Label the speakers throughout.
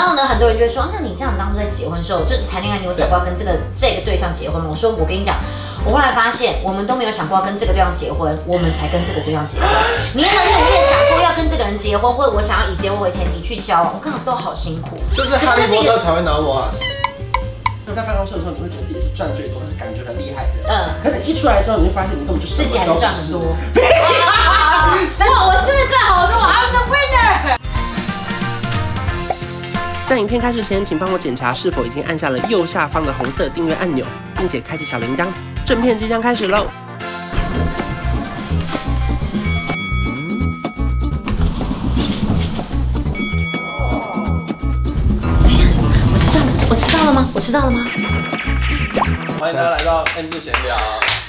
Speaker 1: 多人就会说，啊那你这样当初在结婚的时候，就谈恋爱，你有想过要跟这个这个对象结婚吗？我说我跟你讲，我后来发现我们都没有想过要跟这个对象结婚，我们才跟这个对象结婚。你们有没有想过要跟这个人结婚，或者我想要以结婚为前提去交往？我看到都好辛苦。
Speaker 2: 就是
Speaker 3: 哎
Speaker 2: 哈利波特才会拿我啊。
Speaker 3: 就在办公室的时候，你会觉得自己是赚最多，是感觉很厉害的。
Speaker 1: 嗯，
Speaker 3: 可你一出来之后，你就发现你根本就
Speaker 1: 自己还是赚很
Speaker 3: 很
Speaker 1: 多。哇，我真的赚好多，I'm 啊 the winner。
Speaker 3: 在影片开始前，请帮我检查是否已经按下了右下方的红色订阅按钮，并且开启小铃铛。正片即将开始喽！
Speaker 1: 我知道，我知道了吗？我知道了吗？
Speaker 2: 欢迎大家来到 M 字闲聊，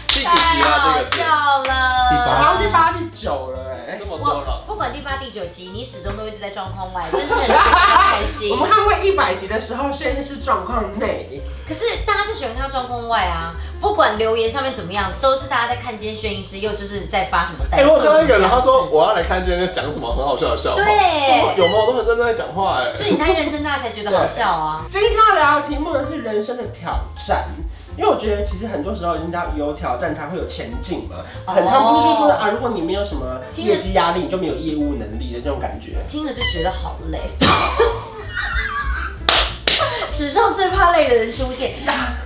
Speaker 2: 第几集啊？这个是
Speaker 1: 笑了。
Speaker 4: 第八
Speaker 3: 好像第八、第九了哎、
Speaker 2: 这么多
Speaker 1: 我
Speaker 2: 了，
Speaker 1: 不管第八、第九集，你始终都一直在状况外，真是很开
Speaker 3: 我
Speaker 1: 心。
Speaker 3: 们看会一百集的时候，虽然是状况内，
Speaker 1: 可是大家就喜欢看到状况外啊，不管留言上面怎么样，都是大家在看今天摄影师又就是在发什么呆。
Speaker 2: 哎，我刚
Speaker 1: 做什
Speaker 2: 刚
Speaker 1: 么
Speaker 2: 一个人他说
Speaker 1: 样
Speaker 2: 我要来看今天在讲什么很好笑的笑
Speaker 1: 子
Speaker 2: 话，
Speaker 1: 对，
Speaker 2: 有吗？我都很认真在讲话哎。
Speaker 1: 就你太认真，大家才觉得好笑啊。
Speaker 3: 今天要聊的题目呢是人生的挑战，因为我觉得其实很多时候人家有挑战才会有前进嘛，
Speaker 1: 哦
Speaker 3: 很常不是就说啊，如果你没有什么业绩压力，你就没有业务能力的这种感觉。
Speaker 1: 听了就觉得好累。 史上最怕累的人出现，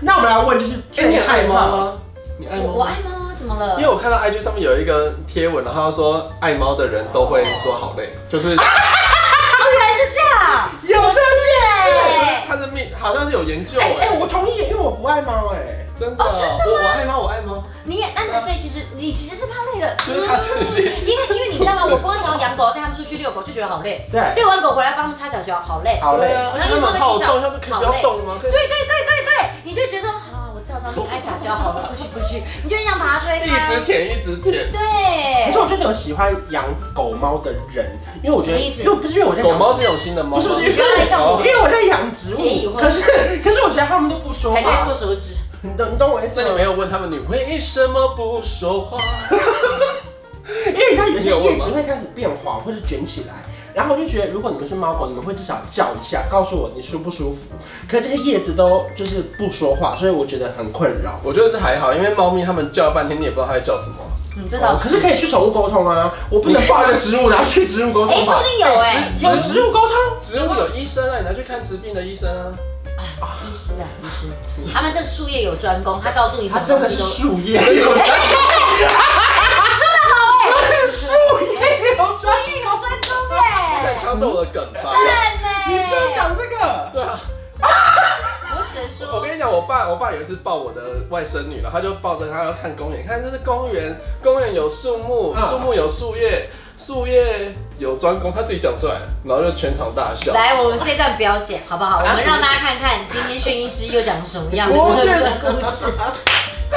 Speaker 3: 那我们来问，就是
Speaker 2: 哎，你
Speaker 3: 最
Speaker 2: 爱
Speaker 3: 害
Speaker 2: 猫
Speaker 3: 怕？
Speaker 2: 吗？你爱
Speaker 1: 我
Speaker 2: 猫
Speaker 1: 我
Speaker 2: 吗？
Speaker 1: 爱猫啊，怎么
Speaker 2: 嗯因为
Speaker 1: 了？
Speaker 2: 我看到 IG 上面有一个贴文，然后他说爱猫的人都会说好累，就是
Speaker 1: 哦，原来是这样，
Speaker 3: 有这件事？
Speaker 1: 对，
Speaker 2: 他的命好像是有研究
Speaker 3: 哎哎，
Speaker 2: 哎，
Speaker 3: 我同意，因为我不爱猫哎。
Speaker 2: 真的，啊我我爱猫，我爱猫，
Speaker 1: 你也，那
Speaker 2: 嗯
Speaker 1: 你所以其实你其实是怕累了，
Speaker 2: 就是他真的是
Speaker 1: 因为因为你知 道吗？我光想要养狗，带他们出去遛狗就觉得好累，
Speaker 3: 对，
Speaker 1: 遛完狗回来帮他们擦脚脚，好累。
Speaker 3: 好
Speaker 2: 对
Speaker 3: 嘞。
Speaker 2: 啊，他们好动，他们可以不要动吗？可以
Speaker 1: 对对对对对，你就觉得说啊，我知道知道你爱撒娇，好了，不去不去，你就想把它推
Speaker 2: 一直
Speaker 1: 开。
Speaker 2: 舔，一直舔。
Speaker 3: 可是
Speaker 1: 对，
Speaker 3: 我就是有喜欢养狗猫的人，因为我觉
Speaker 1: 什么意思
Speaker 3: 得，又不是因为我在养
Speaker 2: 狗猫是一种新的猫吗，
Speaker 3: 不是不是，
Speaker 1: 不要来像我
Speaker 3: 因为我在养植
Speaker 1: 结已
Speaker 3: 物，
Speaker 1: 婚
Speaker 3: 可是可是我觉得他们都不说
Speaker 1: 还在
Speaker 3: 话
Speaker 1: 搓，手指，
Speaker 3: 你懂你懂我意思
Speaker 2: 那你
Speaker 3: 吗
Speaker 2: 没？有问他们你为什么不说话？
Speaker 3: 因为它有些
Speaker 2: 你有问
Speaker 3: 叶子
Speaker 2: 吗
Speaker 3: 会开始变黄或是卷起来，然后我就觉得如果你们是猫狗，你们会至少叫一下，告诉我你舒不舒服。可这些叶子都就是不说话，所以我觉得很困扰。
Speaker 2: 我觉得是还好，因为猫咪它们叫了半天，你也不知道它在叫什么。
Speaker 1: 你知道
Speaker 3: 可是可以去宠物沟通啊，我不能抱一个植物然后去植物沟
Speaker 1: 哎，
Speaker 3: 通啊
Speaker 1: 说
Speaker 3: 吧
Speaker 1: 不？定有哎，
Speaker 2: 植
Speaker 3: 有植物沟通，
Speaker 2: 植物有医生啊，你拿去看治病的医生啊。
Speaker 3: 哎
Speaker 1: 啊，医师啊，医师，他们这个术业有专攻，他告诉你什
Speaker 3: 它
Speaker 1: 么
Speaker 3: 真
Speaker 1: 东
Speaker 3: 的
Speaker 1: 西
Speaker 3: 是
Speaker 1: 都。
Speaker 3: 树叶，有专啊欸 树叶有专
Speaker 1: 术业有专攻哎
Speaker 2: 看，敲中我的梗吧。
Speaker 1: 赞呢。
Speaker 3: 你是要讲这个？
Speaker 2: 对啊，
Speaker 1: 我只能
Speaker 2: 我
Speaker 1: 说，
Speaker 2: 跟你讲，我爸我爸有一次抱我的外甥女，然后他就抱着她要看公园，看这是公园，公园有树木，
Speaker 3: 嗯
Speaker 2: 树木有树叶，树叶有专攻，他自己讲出来，然后就全场大笑。
Speaker 1: 来，我们这段不要剪，好不好？我们让大家看看今天炫医师又讲什么样的
Speaker 3: 啊不是
Speaker 1: 故事。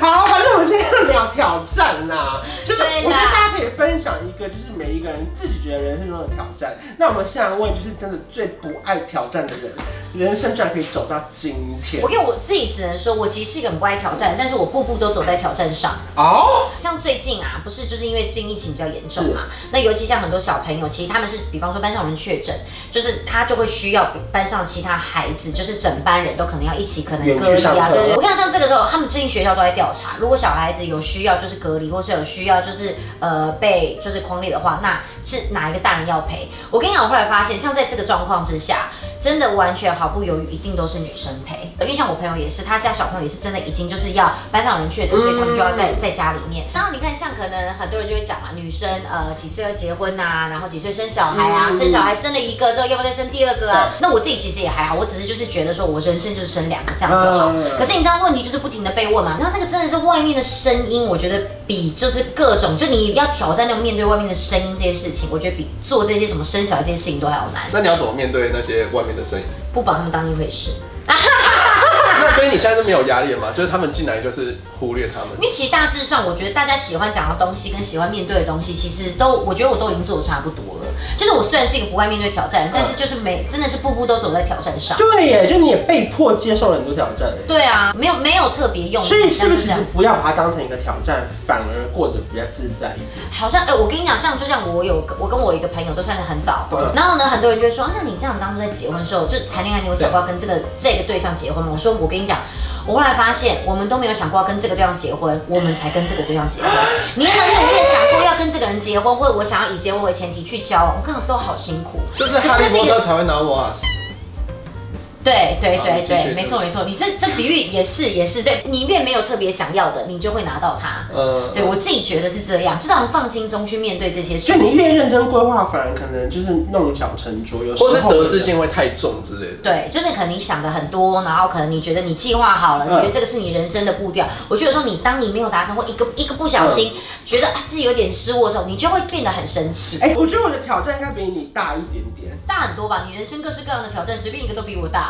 Speaker 3: 好，反正我们今天要聊挑战 啦，就是
Speaker 1: 对啦
Speaker 3: 我觉得大家可以分享一个，就是每一个人自己觉得人生中的挑战。那我们现在问，就是真的最不爱挑战的人，人生居然可以走到今天
Speaker 1: 我跟我自己只能说，我其实是一个很不爱挑战，但是我步步都走在挑战上。
Speaker 3: 哦，
Speaker 1: 像最近啊，不是就是因为最近疫情比较严重嘛，那尤其像很多小朋友，其实他们是比方说班上有人确诊，就是他就会需要班上其他孩子，就是整班人都可能要一起可能
Speaker 3: 远距
Speaker 1: 隔离
Speaker 3: 上
Speaker 1: 啊，
Speaker 3: 课
Speaker 1: 对对。我看像这个时候，他们最近学校都在调查，如果小孩子有需要就是隔离，或是有需要就是呃被就是框列的话，那是哪一个大人要赔？我跟你讲，我后来发现，像在这个状况之下，真的完全毫不犹豫，一定都是女生陪。因为像我朋友也是，他家小朋友也是真的已经就是要班上有人确诊，所以他们就
Speaker 3: 嗯
Speaker 1: 要在在家里面。当然，你看像可能很多人就会讲嘛，女生呃几岁要结婚呐、然后几岁生小孩啊，
Speaker 3: 嗯
Speaker 1: 生小孩生了一个之后，要不要再生第二个啊？那我自己其实也还好，我只是就是觉得说我人生就是生两个这样就好。
Speaker 3: 嗯
Speaker 1: 可是你知道问题就是不停的被问嘛，那那个真的是外面的声音，我觉得比就是各种就你要挑战那种面对外面的声音这些事情，我觉得比做这些什么生小孩这些事情都还要难。
Speaker 2: 那你要怎么面对那些外面的声音？
Speaker 1: 不把他们当一回事，
Speaker 2: 那所以你现在是没有压力了吗？就是他们进来就是忽略他们
Speaker 1: 因。为其实大致上，我觉得大家喜欢讲的东西跟喜欢面对的东西，其实都我觉得我都已经做的差不多了。就是我虽然是一个不爱面对挑战，但是就是每真的是步步都走在挑战上。
Speaker 3: 对耶，就你也被迫接受了很多挑战耶。
Speaker 1: 对啊，没有没有特别用力，
Speaker 3: 所以是不
Speaker 1: 但这
Speaker 3: 是其
Speaker 1: 样
Speaker 3: 实
Speaker 1: 子
Speaker 3: 不要把它当成一个挑战，反而过得比较自在一点？
Speaker 1: 好像哎、我跟你讲，像就像我有个我跟我一个朋友都算是很早婚
Speaker 3: 嗯，
Speaker 1: 然后呢，很多人就会说，啊那你这样当初在结婚的时候，就谈恋爱，你有想过要跟这
Speaker 4: 嗯
Speaker 1: 个这个对象结婚吗？我说我跟你讲，我后来发现我们都没有想过要跟这个对象结婚， 我们才跟这个对象结婚。你很努力的想过要跟这个人结婚，或者我想要以结婚为前提去交往，我看都好辛苦。
Speaker 4: 就是哈利波特才会拿瓦斯。
Speaker 1: 对对
Speaker 4: 好你
Speaker 1: 对
Speaker 4: 继续
Speaker 1: 对，没错没错，你这这比喻也是也是对，你越没有特别想要的，你就会拿到它。
Speaker 2: 嗯，
Speaker 1: 对我自己觉得是这样，就让我们放轻松去面对这些事
Speaker 3: 所以你
Speaker 1: 情。
Speaker 3: 越认真规划，反而可能就是弄巧成拙，有时
Speaker 2: 或是
Speaker 3: 候
Speaker 2: 得失性会太重之类的。
Speaker 1: 对，就是可能你想的很多，然后可能你觉得你计划好了，你觉得这个是你人生的步调。我觉得说你当你没有达成或一个一个不
Speaker 3: 嗯
Speaker 1: 小心，觉得啊自己有点失落的时候，你就会变得很生气。
Speaker 3: 哎、我觉得我的挑战应该比你大一点点，
Speaker 1: 大很多吧，你人生各式各样的挑战，随便一个都比我大。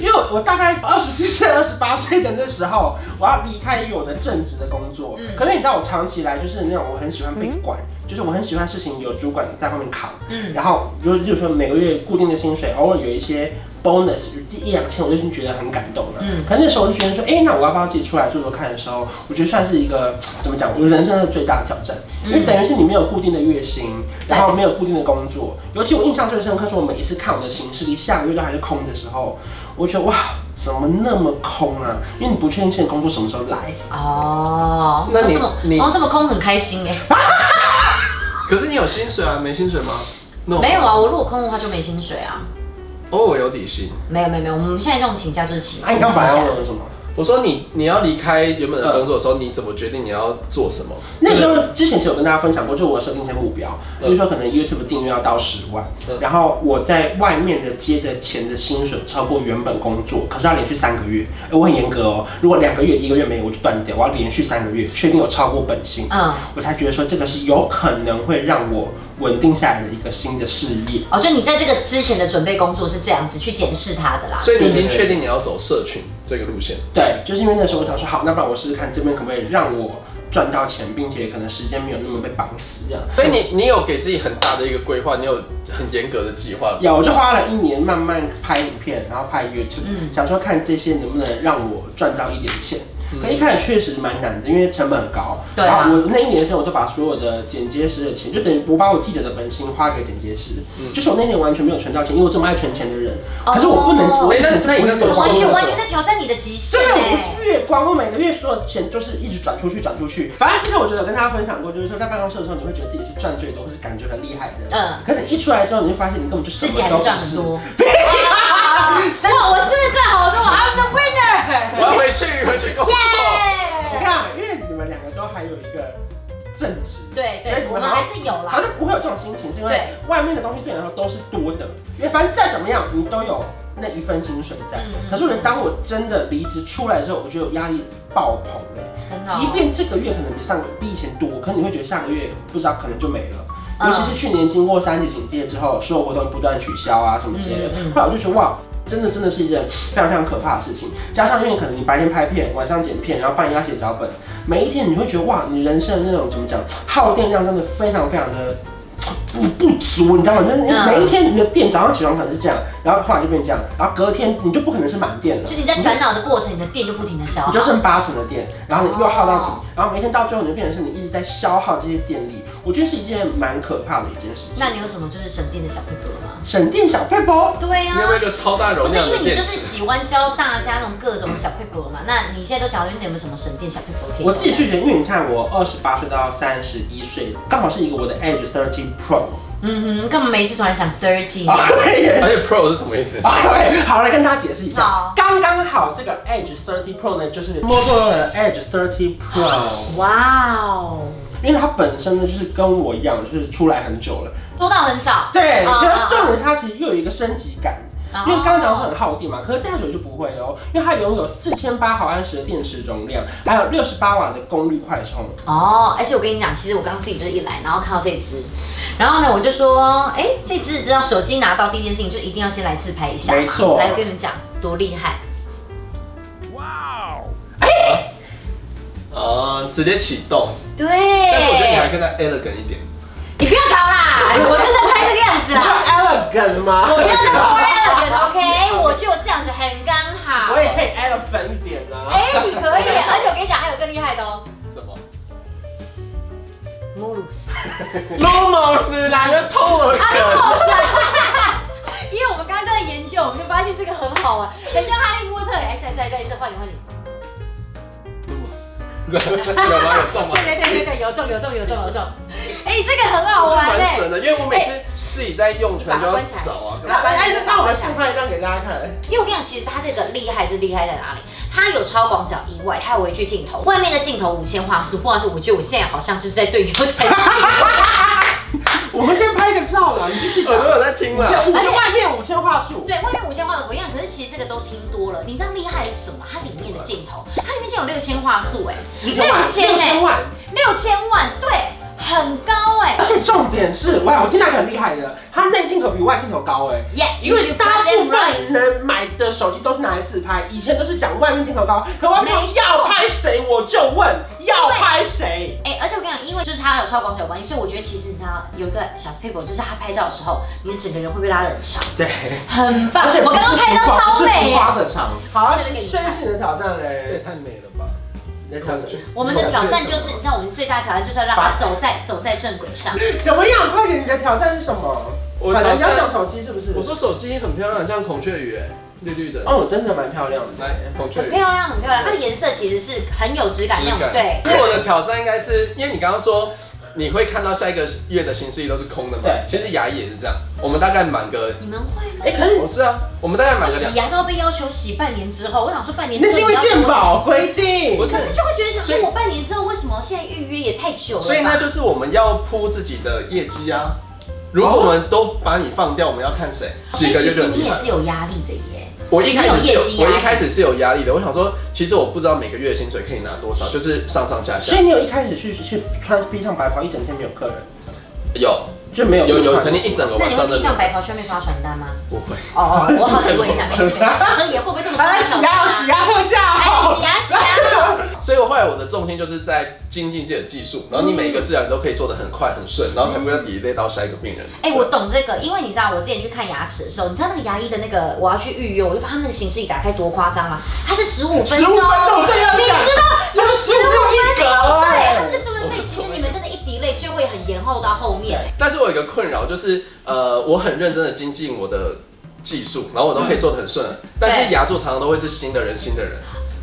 Speaker 3: 因为我大概二十七岁、二十八岁的那时候，我要离开我的正职的工作。
Speaker 1: 嗯
Speaker 3: 可是你知道，我长期以来就是那种我很喜欢被管，就是我很喜欢事情有主管在后面扛。
Speaker 1: 嗯，
Speaker 3: 然后就例如说每个月固定的薪水，偶尔有一些 bonus 一两千，我就已经觉得很感动了。
Speaker 1: 嗯
Speaker 3: 可那时候我就觉得说，哎，那我要不要自己出来做做看的时候，我觉得算是一个怎么讲，我人生的最大的挑战，因
Speaker 1: 嗯
Speaker 3: 为等于是你没有固定的月薪，然后没有固定的工作。尤其我印象最深刻是，我每一次看我的行事历，下个月都还是空的时候，我觉得哇，怎么那么空啊？因为你不确定现在工作什么时候来。
Speaker 1: 哦，
Speaker 2: 那你
Speaker 1: 这么
Speaker 2: 你
Speaker 1: 哦这么空很开心哎、
Speaker 2: 可是你有薪水啊？没薪水吗？No，
Speaker 1: 没有。啊，我如果空的话就没薪水啊。
Speaker 2: 哦，我有底薪。
Speaker 1: 没有没有没有，我们现在这种请假就是请
Speaker 3: 哎、你
Speaker 1: 请
Speaker 3: 刚反
Speaker 1: 假
Speaker 3: 而问我什么？
Speaker 2: 我说你你要离开原本的工作的时候，你怎么决定你要做什么？
Speaker 3: 那时候之前其实有跟大家分享过，就是我设定一些目标，比如说可能 YouTube 订阅要到十万
Speaker 2: 嗯，
Speaker 3: 然后我在外面的接的钱的薪水超过原本工作，可是要连续三个月，呃我很严格哦，如果两个月一个月没有我就断掉，我要连续三个月确定有超过本薪，
Speaker 1: 嗯，
Speaker 3: 我才觉得说这个是有可能会让我稳定下来的一个新的事业。
Speaker 1: 哦，就你在这个之前的准备工作是这样子去检视它的啦。
Speaker 2: 所以你已经确定你要走社群这个路线。
Speaker 3: 对，就是因为那时候我想说，好，那不然我试试看这边可不可以让我赚到钱，并且可能时间没有那么被绑死这样。
Speaker 2: 所以你你有给自己很大的一个规划，你有很严格的计 划。
Speaker 3: 有，就花了一年慢慢拍影片，然后拍 YouTube，、
Speaker 1: 嗯
Speaker 3: 想说看这些能不能让我赚到一点钱。可一开始确实蛮难的，因为成本很高。
Speaker 1: 嗯对啊
Speaker 3: 然后我那一年的时候，我都把所有的剪接师的钱，就等于我把我记者的本薪花给剪接师。就是我那年完全没有存到钱，因为我这么爱存钱的人，
Speaker 1: 嗯哦
Speaker 3: 可是我不能，我一直是
Speaker 2: 那
Speaker 3: 不
Speaker 2: 你
Speaker 3: 能
Speaker 2: 那
Speaker 3: 走
Speaker 2: 时候
Speaker 1: 完
Speaker 3: 收
Speaker 1: 全
Speaker 3: 入。
Speaker 1: 完全在挑战你的极限
Speaker 3: 对，我
Speaker 1: 哎、
Speaker 3: 是月光，我每个月所有钱就是一直转出去，转出去。反正之前我觉得有跟大家分享过，就是说在办公室的时候，你会觉得自己是赚最多，或是感觉很厉害的。
Speaker 1: 嗯
Speaker 3: 可是你一出来之后，你会发现你根本就
Speaker 1: 自
Speaker 3: 什么
Speaker 1: 己还
Speaker 3: 都
Speaker 1: 是
Speaker 3: 不
Speaker 1: 赚很
Speaker 3: 是。
Speaker 1: 多。哇， 我真的赚好多，I'm the
Speaker 2: 我
Speaker 1: winner！
Speaker 2: 要回去回去工作。
Speaker 3: 你
Speaker 1: 耶！
Speaker 3: 看，因为你们两个都还有一个正职，
Speaker 1: 对
Speaker 3: 所以
Speaker 1: 对，
Speaker 3: 你
Speaker 1: 我
Speaker 3: 们
Speaker 1: 们
Speaker 3: 好
Speaker 1: 还
Speaker 3: 像
Speaker 1: 是有
Speaker 3: 好
Speaker 1: 啦。
Speaker 3: 像不会有这种心情，是因为
Speaker 1: 对
Speaker 3: 外面的东西对你来说都是多的，因为反正再怎么样你都有那一份薪水在
Speaker 1: 嗯嗯。
Speaker 3: 可是我觉得当我真的离职出来之后，我觉得我压力爆棚了。
Speaker 1: 真的哦
Speaker 3: 即便这个月可能比上个比以前多，可是你会觉得下个月不知道可能就没了。
Speaker 1: 嗯
Speaker 3: 尤其是去年经过三级警戒之后，所有活动不断取消啊什么之类的
Speaker 1: 嗯嗯嗯，
Speaker 3: 后来我就觉得哇，真的真的是一件非常非常可怕的事情。加上因为可能你白天拍片，晚上剪片，然后半夜要写脚本，每一天你会觉得哇，你人生的那种怎么讲，耗电量真的非常非常的。不不足，你知道吗？就是你
Speaker 1: 嗯
Speaker 3: 每一天你的电早上起床可能是这样，然后后来就变这样，然后隔天你就不可能是满电了，
Speaker 1: 就你在烦恼的过程，你的嗯电就不停的消
Speaker 3: 你
Speaker 1: 耗
Speaker 3: 就。剩八成的电，然后你又耗到底
Speaker 1: 哦，
Speaker 3: 然后每天到最后你就变成是你一直在消耗这些电力，我觉得是一件蛮可怕的一件事情。
Speaker 1: 那你有什么就是省电的小配合吗？
Speaker 3: 省电小配包，
Speaker 1: 对
Speaker 2: 你有没有一
Speaker 1: 呀。
Speaker 2: 个超大容
Speaker 1: 不是
Speaker 2: 量
Speaker 1: 因为
Speaker 2: 的
Speaker 1: 你就
Speaker 2: 电
Speaker 1: 是
Speaker 2: 池？
Speaker 1: 喜欢教大家那种各种小配合嘛？那你现在都讲了，你有没有什么省电小配合可以？
Speaker 3: 我自己去学，因为你看我二十八岁到三十一岁，刚好是一个我的 Edge Thirty Pro。
Speaker 1: 嗯哼，干嘛每一次突然讲 dirty？
Speaker 3: 啊对
Speaker 2: 而且 Pro 是什么意思？
Speaker 3: 啊对好，来跟大家解释一下
Speaker 1: 好，
Speaker 3: 刚刚好这个 Edge 30 Pro 呢，就是摩托罗拉的 Edge 30
Speaker 1: 啊
Speaker 3: Pro，
Speaker 1: 嗯哇哦，
Speaker 3: 因为它本身呢就是跟我一样，就是出来很久了，
Speaker 1: 说到很早。
Speaker 3: 对，
Speaker 1: 啊
Speaker 3: 可
Speaker 1: 啊
Speaker 3: 是
Speaker 1: 啊
Speaker 3: 重点是它其实又有一个升级感，因为刚刚讲过很耗电嘛，可是这台手机就不会哦，因为它拥有四千八毫安时的电池容量，还有六十八瓦的功率快充。
Speaker 1: 哦，而且我跟你讲，其实我刚自己就是一来，然后看到这只，然后呢，我就说，哎，这只让手机拿到第一件事情就一定要先来自拍一下嘛，
Speaker 3: 没错
Speaker 1: 来我跟你们讲多厉害，
Speaker 2: 啊，直接启动。
Speaker 1: 对，
Speaker 2: 啊但是我觉得你还更加 elegant 一点。
Speaker 1: 你不要吵啦，我就在拍这个样子
Speaker 3: 你说
Speaker 1: 啦。
Speaker 3: elegant 吗？
Speaker 1: 啊我不要再 o r e l OK，我就这样子很刚好
Speaker 3: 我。也可以 elephant 一点
Speaker 1: 啊
Speaker 3: 啊。
Speaker 1: 哎、你可 以，而且我跟你讲，还有更厉害的哦。
Speaker 2: 什么？
Speaker 1: 母乳丝，
Speaker 3: 罗姆斯
Speaker 1: 啊
Speaker 3: 啦，你要偷我的梗？
Speaker 1: 因为我们刚刚在研究，我们就发现这个很好玩，很像哈利波特。哎，再再再一次，换你换你。
Speaker 2: 有吗？有中吗？
Speaker 1: 对对对对对，有中有中有中有中。哎、这个很好
Speaker 2: 就
Speaker 1: 玩哎、
Speaker 2: 蛮神的，因为我每次自己在用
Speaker 1: 你把它
Speaker 2: 拳就要
Speaker 1: 关起来
Speaker 2: 走啊。
Speaker 3: 来来，哎，那那我们示范一张给大家看。哎
Speaker 1: 因为我跟你讲，其实它这个厉害是厉害在哪里？它有超广角以外，它有微距镜头，外面的镜头无限画素。不管是我觉得我现在好像就是在对牛弹琴，
Speaker 3: 我们先拍个照啦，你继续
Speaker 2: 我
Speaker 3: 讲。
Speaker 2: 都有在听
Speaker 3: 五
Speaker 2: 了，
Speaker 3: 千，五千外面五千话术。
Speaker 1: 对，外面五千画的不一样，可是其实这个都听多了。你知道厉害是什么？它里面的镜头，它里面竟然有六千画素哎、
Speaker 3: 万
Speaker 1: 六千欸
Speaker 3: 六千万，
Speaker 1: 六千万，对，很高哎、
Speaker 3: 而且重点是，哇，我听到一个很厉害的，它内镜头比外镜头高哎。
Speaker 1: 耶、
Speaker 3: 因为大部分人买的手机都是拿来自拍，以前都是讲外面镜头高，可外面镜头要拍谁我就问要拍谁。
Speaker 1: 哎、而且我跟你讲，因为就是他有超广角关系，所以我觉得其实你知道有一个小 paper，就是他拍照的时候，你整个人会被拉得很长，
Speaker 3: 对，
Speaker 1: 很棒。
Speaker 3: 而且
Speaker 1: 我
Speaker 3: 不
Speaker 1: 刚刚
Speaker 3: 是
Speaker 1: 拍
Speaker 3: 浮
Speaker 1: 到
Speaker 3: 夸，不
Speaker 1: 超
Speaker 3: 是
Speaker 1: 美
Speaker 3: 浮
Speaker 1: 耶、
Speaker 3: 夸的长。好，
Speaker 1: 这个给你
Speaker 3: 所
Speaker 1: 看
Speaker 3: 以是你的挑战
Speaker 2: 这也
Speaker 3: 嘞。
Speaker 2: 太美了吧！
Speaker 3: 你的挑战
Speaker 1: 我们的挑战就是，你知道我们最大的挑战就是要让他走在走在正轨上。
Speaker 3: 怎么样？快点，你的挑战是什么？
Speaker 2: 我
Speaker 3: 反正你要
Speaker 2: 挑
Speaker 3: 讲
Speaker 2: 战
Speaker 3: 手机是不是？
Speaker 2: 我说手机很漂亮，像孔雀鱼，哎，绿绿的。
Speaker 3: 哦，真的蛮漂亮的。
Speaker 2: 来，孔雀
Speaker 1: 很
Speaker 2: 鱼。
Speaker 1: 漂亮，很漂亮，它的颜色其实是很有质感那种
Speaker 2: 质，感
Speaker 1: 对，
Speaker 2: 因为我的挑战应该是，因为你刚刚说你会看到下一个月的行事历都是空的嘛
Speaker 3: 对，
Speaker 2: 其实牙医也是这样，我们大概满个，
Speaker 1: 你们会吗？
Speaker 3: 哎，可是
Speaker 2: 我知道，我们大概
Speaker 1: 我
Speaker 2: 满个两
Speaker 1: 洗，牙膏被要求洗半年之后，我想说半年之
Speaker 3: 那
Speaker 1: 后
Speaker 3: 是因
Speaker 1: 你
Speaker 3: 为
Speaker 1: 要怎么
Speaker 3: 健，保规定
Speaker 2: 不。是
Speaker 1: 可，是就会觉得想
Speaker 2: 所以
Speaker 1: 说我半年之后为什么现在预约也太久了吧？
Speaker 2: 所以那就是我们要铺自己的业绩啊。如果我们都把你放掉，我们要看谁？
Speaker 1: 所
Speaker 2: 几
Speaker 1: 以
Speaker 2: 个
Speaker 1: 其
Speaker 2: 月就
Speaker 1: 实
Speaker 2: 很
Speaker 1: 你
Speaker 2: 厉
Speaker 1: 也
Speaker 2: 害。
Speaker 1: 是有压力的耶。
Speaker 2: 我一开始是有，
Speaker 1: 你有业绩压
Speaker 2: 我
Speaker 1: 力
Speaker 2: 一开始是有压力的。我想说，其实我不知道每个月的薪水可以拿多少，就是上上下
Speaker 3: 所
Speaker 2: 下。
Speaker 3: 以你有一开始去去穿披上白袍，一整天没有客人，
Speaker 2: 有
Speaker 3: 就没有
Speaker 2: 有有，曾经一整个
Speaker 1: 那
Speaker 2: 晚
Speaker 1: 你会
Speaker 2: 上的
Speaker 1: 披上白袍去外面发传单吗？
Speaker 2: 不会。
Speaker 1: 哦哦，我好奇问一下，没事没事，想说也会不会 这么
Speaker 3: 来来哎洗牙，洗牙特价
Speaker 1: 哎，
Speaker 3: 哦。
Speaker 1: 洗牙洗牙，
Speaker 2: 所以我后来我的重心就是在精进自己的技术，然后你每一个治疗你都可以做得很快很顺，然后才不要 delay 到下一个病人。
Speaker 1: 哎，我懂这个，因为你知道我之前去看牙齿的时候，你知道那个牙医的那个我要去预约，我就把他们的形式一打开多夸张吗？啊它是十五分
Speaker 3: 十五
Speaker 1: 钟，啊
Speaker 3: 分钟这样讲，那是十五一格
Speaker 1: 对，他
Speaker 3: 哎
Speaker 1: 们。就是所以其实你们真的，一滴泪就会很延后到后面。
Speaker 2: 但是我有一个困扰就是，呃，我很认真的精进我的技术，然后我都可以做得很顺，但是牙柱常常都会是新的人新的人，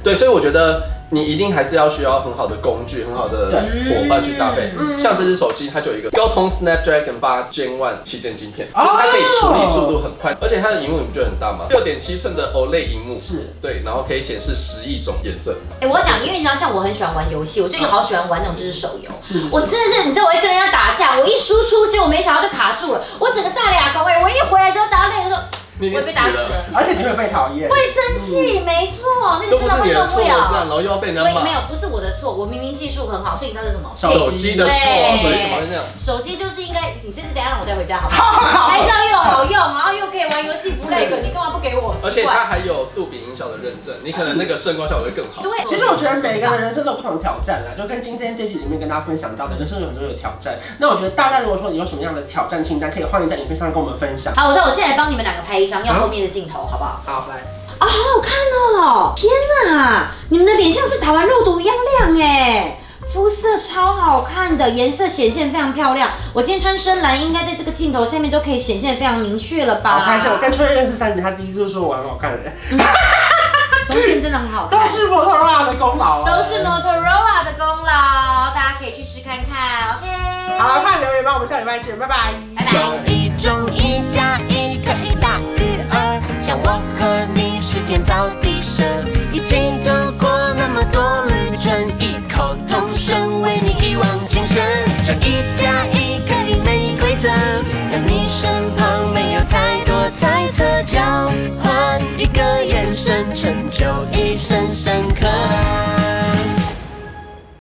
Speaker 2: 对，所以我觉得你一定还是要需要很好的工具，很好的伙伴去搭配。
Speaker 3: 嗯
Speaker 2: 像这只手机，它就有一个高通 Snapdragon 八 Gen One 旗舰晶片，
Speaker 3: 哦
Speaker 2: 它可以处理速度很快，而且它的荧幕你不觉得很大吗？六点七寸的 OLED 荧幕，
Speaker 3: 是
Speaker 2: 对，然后可以显示十亿种颜色。
Speaker 1: 哎、我讲，因为你知道，像我很喜欢玩游戏，我最近好喜欢玩那种就是手游。
Speaker 3: 是是
Speaker 2: 嗯
Speaker 1: 我真的是，你知道，我一跟人家打架，我一输出，结果没想到就卡住了，我整个大俩高位，我一回来之后打到那个时候，
Speaker 2: 你已
Speaker 1: 我
Speaker 2: 经
Speaker 1: 也被打死
Speaker 2: 死了
Speaker 1: 了，
Speaker 3: 而且你会被讨厌。
Speaker 1: 会生气，没错，那
Speaker 2: 都
Speaker 1: 个真
Speaker 2: 不是
Speaker 1: 的会
Speaker 2: 你的
Speaker 1: 受
Speaker 2: 错，
Speaker 1: 不
Speaker 2: 这样，然
Speaker 1: 了。
Speaker 2: 后又要被人
Speaker 1: 所
Speaker 2: 家
Speaker 1: 以
Speaker 2: 骂
Speaker 1: 没。有，不是我的错，我明明技术很好，所以你知道是什么？
Speaker 3: 手
Speaker 2: 手机的错，
Speaker 1: 对
Speaker 2: 所以怎么会这样？
Speaker 1: 手机就是应该，你这次等一下让我带回家好不好？拍照又好用，然后又可以玩游戏不累个，
Speaker 3: 是
Speaker 1: 你干嘛不给我？
Speaker 2: 而
Speaker 1: 奇
Speaker 2: 且
Speaker 1: 怪
Speaker 2: 它还有杜比音效的认证，你可能那个声光效果会更好。
Speaker 1: 对，
Speaker 3: 哎其实我觉得每个人的人生都有不同的挑战啦，就跟今天这集里面跟大家分享到的，人生有很多的挑战。那我觉得大家如果说有什么样的挑战清单，可以欢迎在影片上跟我们分享。
Speaker 1: 好，我知道，我现在帮你们两个拍一张，要后面的镜头，好不好？
Speaker 3: 好，来，
Speaker 1: 啊、好好看哦！天哪，你们的脸像是打完肉毒一样亮哎，肤色超好看的，颜色显现非常漂亮。我今天穿深蓝，应该在这个镜头下面都可以显现得非常明确了吧？
Speaker 3: 我看一下，我跟秋叶认识三年，他第一次说我很好看的，
Speaker 1: 冬天真的很好看
Speaker 3: 都。是 Motorola 的功劳啊，
Speaker 1: 都是 Motorola 的功劳，大家可以去试看看，OK？
Speaker 3: 好了，快留言吧，我们下礼拜见，拜拜，
Speaker 1: 拜拜
Speaker 5: 有一种一加一可以大于二，像我和你是天造地设，一起做